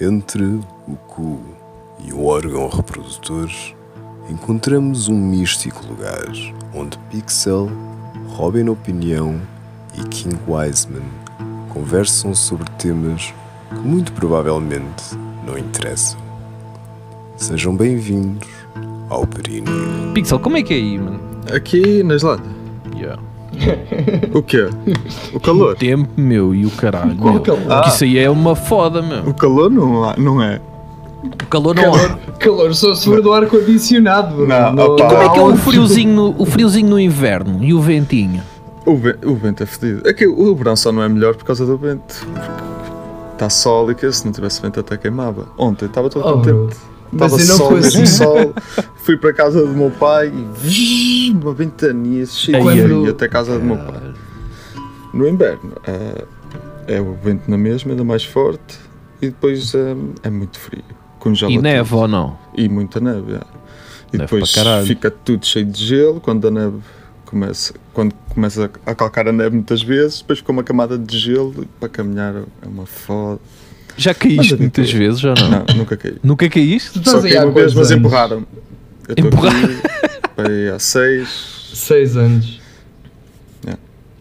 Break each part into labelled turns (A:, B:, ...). A: Entre o cu e o órgão reprodutor, encontramos um místico lugar onde Pixel, Robin Opinião e King Wiseman conversam sobre temas que muito provavelmente não interessam. Sejam bem-vindos ao Perineo.
B: Pixel, como é que é aí, mano?
C: Aqui na Islândia.
B: Yeah.
C: O quê? O calor.
B: O tempo, meu, e o caralho.
C: Qual
B: meu.
C: calor?
B: Que isso aí é uma foda, meu.
C: O calor não, há- não é.
B: O calor não
D: é-
B: há.
D: Calor, só se for do ar-condicionado.
C: Não, opa.
B: E como é que é o
C: Aonde?
B: friozinho, no, o friozinho no inverno e o ventinho?
C: O, ve- o vento é fedido. Aqui o verão só não é melhor por causa do vento. Porque Está sol e que se não tivesse vento até queimava. Ontem estava todo
D: Oh,
C: contente.
D: mas
C: Estava
D: eu não assim?
C: sol,
D: consigo.
C: mesmo sol. Fui para a casa do meu pai e vi uma ventania cheia de
B: Ai, ai.
C: frio até a casa do meu pai. No inverno ah, é, o vento na mesma, ainda mais forte e depois ah, é muito frio. Congela
B: E
C: tudo.
B: neve ou não?
C: e muita neve. é. E
B: Neve
C: depois
B: para caralho.
C: fica tudo cheio de gelo quando a neve começa, quando começa a calcar a neve muitas vezes, depois fica uma camada de gelo e para caminhar é uma foda.
B: Já
C: Mas
B: caíste
C: eu
B: muitas
C: digo-
B: vezes, já não?
C: Não, nunca caí.
B: Nunca caíste?
D: Estás
C: Só
D: aí
C: caí
D: há
C: uma vez,
D: quantos
C: mas
D: anos?
C: empurraram. Eu estou
B: Empurraram?
C: aqui para aí há seis,
D: Seis anos.
C: É.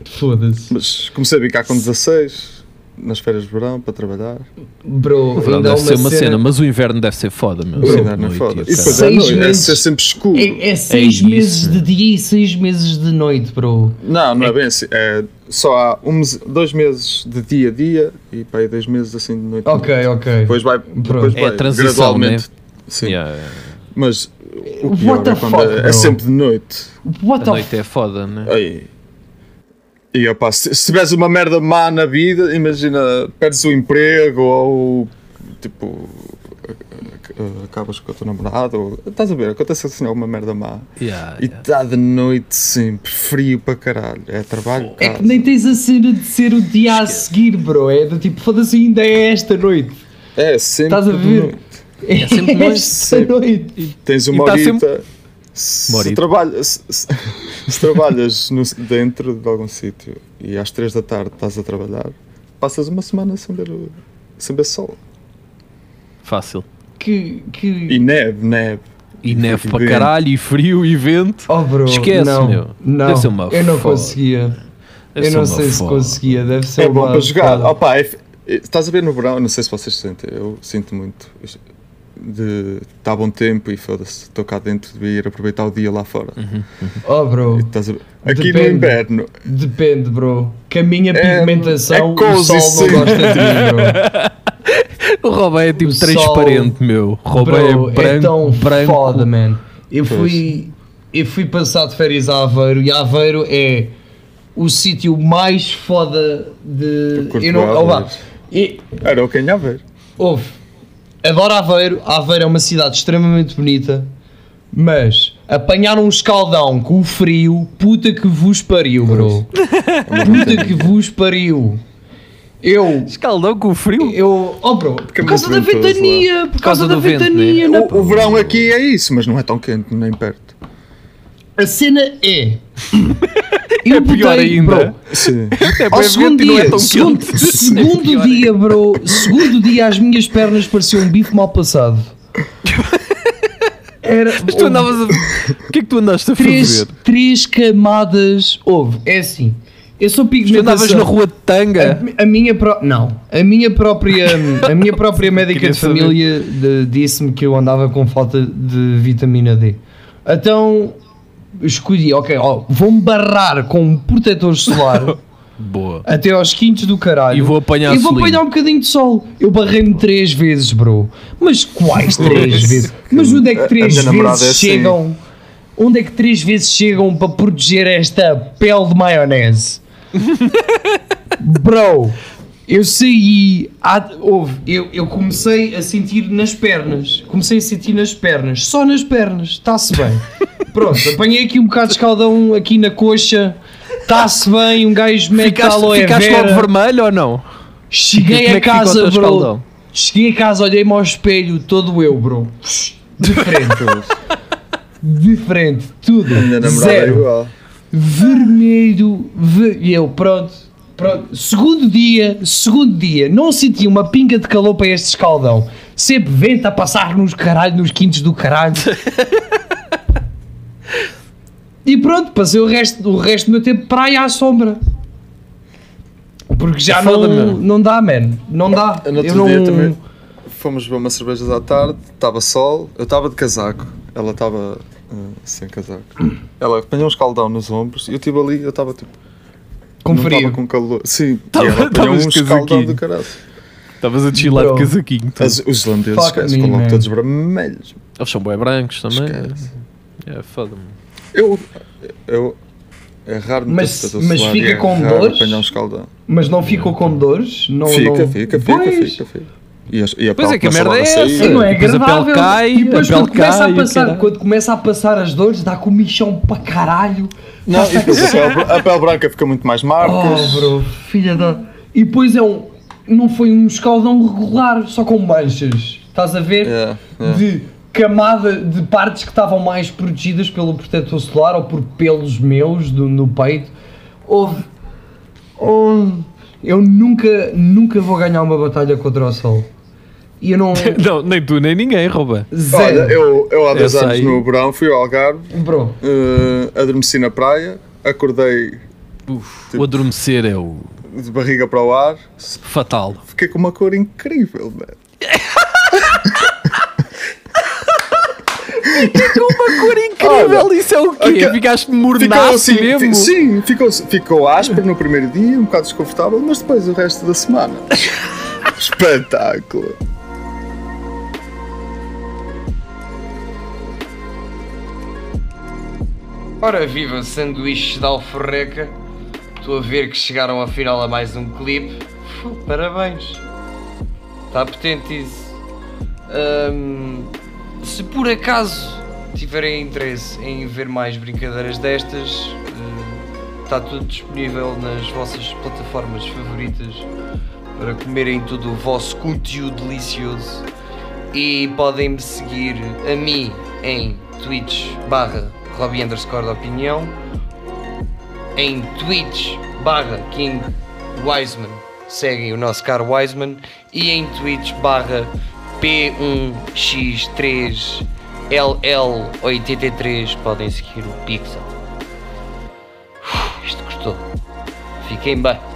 D: Foda-se.
C: mas comecei a bicar com 16 nas férias de verão para trabalhar.
D: Bro,
B: O verão
D: ainda há
B: deve ser uma cena,
D: é cena
B: mas o inverno deve ser foda, meu.
C: O
B: Sempre
C: inverno é
B: noite
C: foda.
B: e o
C: E
B: caralho.
C: depois à
D: Seis
C: noite é
D: meses.
C: ser sempre escuro.
D: É, é seis
B: isso,
D: meses
B: né?
D: de dia e seis meses de noite, bro.
C: Não, não é, bem assim. É, só há um, mes- dois meses de dia a dia e para aí dois meses assim de noite.
D: Ok, ok.
C: Depois vai, depois
D: É
C: vai
B: a transição, né?
C: gradualmente. Sim,
B: Yeah, yeah.
C: mas o
D: What
C: pior
D: the
C: é quando
D: fuck,
C: é, é
D: bro?
C: sempre de noite.
D: What
B: A
D: the
B: noite é foda, né?
C: Ai. E opa, se, se tiveres uma merda má na vida, imagina, perdes o emprego ou tipo ac- acabas com a tua namorada ou estás a ver, acontece assim alguma merda má
B: Yeah,
C: e
B: yeah.
C: está de noite sempre frio para caralho, é trabalho.
D: É
C: casa.
D: que nem tens a cena de ser o dia a seguir, bro. É do tipo, foda-se, ainda é esta noite.
C: É, sempre
D: Estás a
C: de
D: ver?
C: noite.
D: É
B: sempre noite,
D: esta
C: sempre.
D: noite.
C: Tens
B: E
C: uma
B: tá
C: horita.
B: sempre-
C: Se,
B: Uma horita.
C: trabalha- se- se- se trabalhas no- dentro de algum sítio e às 3 da tarde estás a trabalhar, passas uma semana sem ver, o- sem ver sol.
B: Fácil.
D: Que,
C: E
D: que...
C: neve, neve.
B: E neve para
C: vento.
B: caralho, e frio, e vento.
D: Oh, bro,
B: Esquece,
D: não,
B: meu.
D: Não,
B: Deve ser uma
D: eu não
B: foda.
D: conseguia.
B: Deve ser
D: eu não
B: é uma
D: sei se
B: foda.
D: conseguia, deve ser
C: É bom
D: uma
C: para jogar.
D: foda.
C: Opa, é f- é- estás a ver no verão, não sei se vocês sentem, eu sinto muito. De está bom tempo e foda-se, estou cá dentro, devia ir aproveitar o dia lá fora.
B: Uhum.
D: Oh, bro,
C: E estás a ver- Aqui
D: Depende.
C: no inverno,
D: depende, bro. Que a minha
C: É,
D: pigmentação,
C: é cozy,
D: o sol
C: sim.
D: não gosta de mim,
B: O Robin é tipo
D: O
B: transparente, meu.
D: bro.
B: Robin
D: bro
B: é branco,
D: é tão
B: branco.
D: foda, man. Eu fui, eu fui passar de férias a Aveiro e Aveiro é o sítio mais foda de...
C: Eu curto
D: Eu não,
C: Aveiro.
D: opa, e-
C: era o que ia ver.
D: Houve. Adoro Aveiro. Aveiro é uma cidade extremamente bonita. Mas apanhar um escaldão com o frio, puta que vos pariu, bro. Puta que vos pariu. Eu.
B: Escaldão com frio.
D: Eu. Oh, bro.
C: é
D: Por causa da
C: muito ventoso lá.
D: ventania. Por causa da
B: do vento, né?
D: ventania. na-
C: O, o verão aqui é isso, mas não é tão quente nem perto.
D: A cena é.
B: É
D: Eu
B: pior
D: botei-
B: ainda.
D: bro,
C: Sim.
B: É
D: Ao
B: bem
D: segundo
B: vento e não
D: dia,
B: é tão
D: segundo,
B: quente. é
D: segundo dia, bro, segundo dia as minhas pernas pareciam um bife mal passado. Era,
B: Mas tu andavas a... O que é que tu andaste a
D: três,
B: fazer?
D: três camadas houve. É assim, eu sou
B: Tu
D: pigmentação.
B: andavas na rua de tanga.
D: A minha pró- não, a minha própria, a minha própria médica
B: Queria
D: de família de- disse-me que eu andava com falta de vitamina D. Então escolhi, ok, ó, vou-me barrar com um protetor solar
B: Boa.
D: até aos quintos do caralho.
B: E vou apanhar
D: E vou
B: solinho.
D: apanhar um bocadinho de sol. Eu barrei-me três vezes, bro. Mas quais três vezes? Mas onde
C: A-
D: é
C: a
D: que três
C: minha namorada
D: vezes
C: é assim.
D: chegam? Onde é que três vezes chegam para proteger esta pele de maionese? bro, eu saí. à- Houve, eu, eu comecei a sentir nas pernas. Comecei a sentir nas pernas. Só nas pernas. Está-se bem. Pronto, apanhei aqui um bocado de escaldão aqui na coxa. Está-se bem, um gajo mete
B: Ficaste,
D: aloe
B: ficaste
D: vera.
B: logo vermelho ou não?
D: Cheguei
B: Como é
D: a
B: que ficou o
D: casa,
B: teu
D: bro.
B: escaldão?
D: Cheguei a casa, olhei-me ao espelho, todo eu, bro. De frente. De frente, tudo.
C: Minha namorada é
D: Zero.
C: igual.
D: Vermelho. ve- E eu, pronto. Pronto, segundo dia, segundo dia, não senti uma pinga de calor para este escaldão. Sempre vento a passar nos caralho, nos quintos do caralho. e pronto, passei o resto, o resto do meu tempo praia à sombra. Porque já não,
B: Foda-me.
D: não dá, man. Não dá.
C: É No outro
D: Eu não...
C: dia também fomos beber umas cervejas à tarde, estava sol, eu estava de casaco, ela estava ah, sem casaco. Ela apanhou um escaldão nos ombros e eu estive ali, eu estava tipo.
D: Com
C: não
D: frio.
C: estava com calor. Sim,
B: Tava-
C: e ela apanhou um
B: tavas de
C: escaldão
B: casaquinho.
C: do caralho.
B: Estavas a chilar de
D: Bro.
B: casaquinho. tu.
C: As- os islandeses
D: Fuck
C: esquece,
D: me,
C: ficam logo
D: man.
C: todos vermelhos.
B: Eles são bem brancos também.
C: Esquece.
B: É, foda-me.
C: Eu. eu é raro me
D: Mas-
C: ter
D: mas
C: suado
D: fica
C: e é
D: com
C: raro
D: dores?
C: apanhar um escaldão.
D: Mas não ficou com dores? Não,
C: fica,
D: não...
C: fica,
D: Pois.
C: fica, fica, fica. E a, e a
B: Pois é,
C: pele
B: que a
C: começa
B: merda
C: logo
B: é
C: sair.
B: essa.
D: Sim, não é
B: E depois a
D: agradável.
B: pele cai,
D: e depois
B: a pele
D: quando, começa
B: cai, é-
D: a passar,
B: caralho.
D: quando começa a passar as dores, dá comichão para caralho.
C: Não, e depois a pele, a pele branca fica muito mais
B: Ah,
C: marcas.
D: Tá Oh, bro, filha da. E depois é um. Não foi um escaldão regular, só com manchas. Estás a ver?
C: É, é.
D: De camada de partes que estavam mais protegidas pelo protetor solar ou por pelos meus do- no peito. Houve. houve- Eu nunca, nunca vou ganhar uma batalha contra o sol. E eu não.
B: Não, nem tu, nem ninguém, rouba.
D: Zero.
C: Olha, eu, eu há dois
B: Essa
C: anos
B: aí.
C: no verão fui ao Algarve,
D: Bro,
C: eh, adormeci na praia, acordei
B: O adormecer é o
C: de barriga para o ar,
B: fatal.
C: fiquei com uma cor incrível, mano.
B: Com uma cor incrível, isso é o quê?
C: aqua-
B: Ficaste
C: Ficou
B: mornado
C: assim, fi-
B: mesmo?
C: sim, ficou, ficou áspero no primeiro dia, um bocado desconfortável, mas depois o resto da semana. Espetáculo!
E: Ora viva sanduíches de alforreca! Estou a ver que chegaram afinal a mais um clipe. Fu, Parabéns! Está potente isso. Ahm, se por acaso tiverem interesse em ver mais brincadeiras destas, eh, está tudo disponível nas vossas plataformas favoritas para comerem todo o vosso conteúdo delicioso e podem me seguir a mim em twitch barra Robbie underscore de opinião em twitch barra King Wiseman seguem o nosso caro Wiseman e em twitch barra P1X3 LL83 podem seguir o Pixel Uf, isto gostou fiquem bem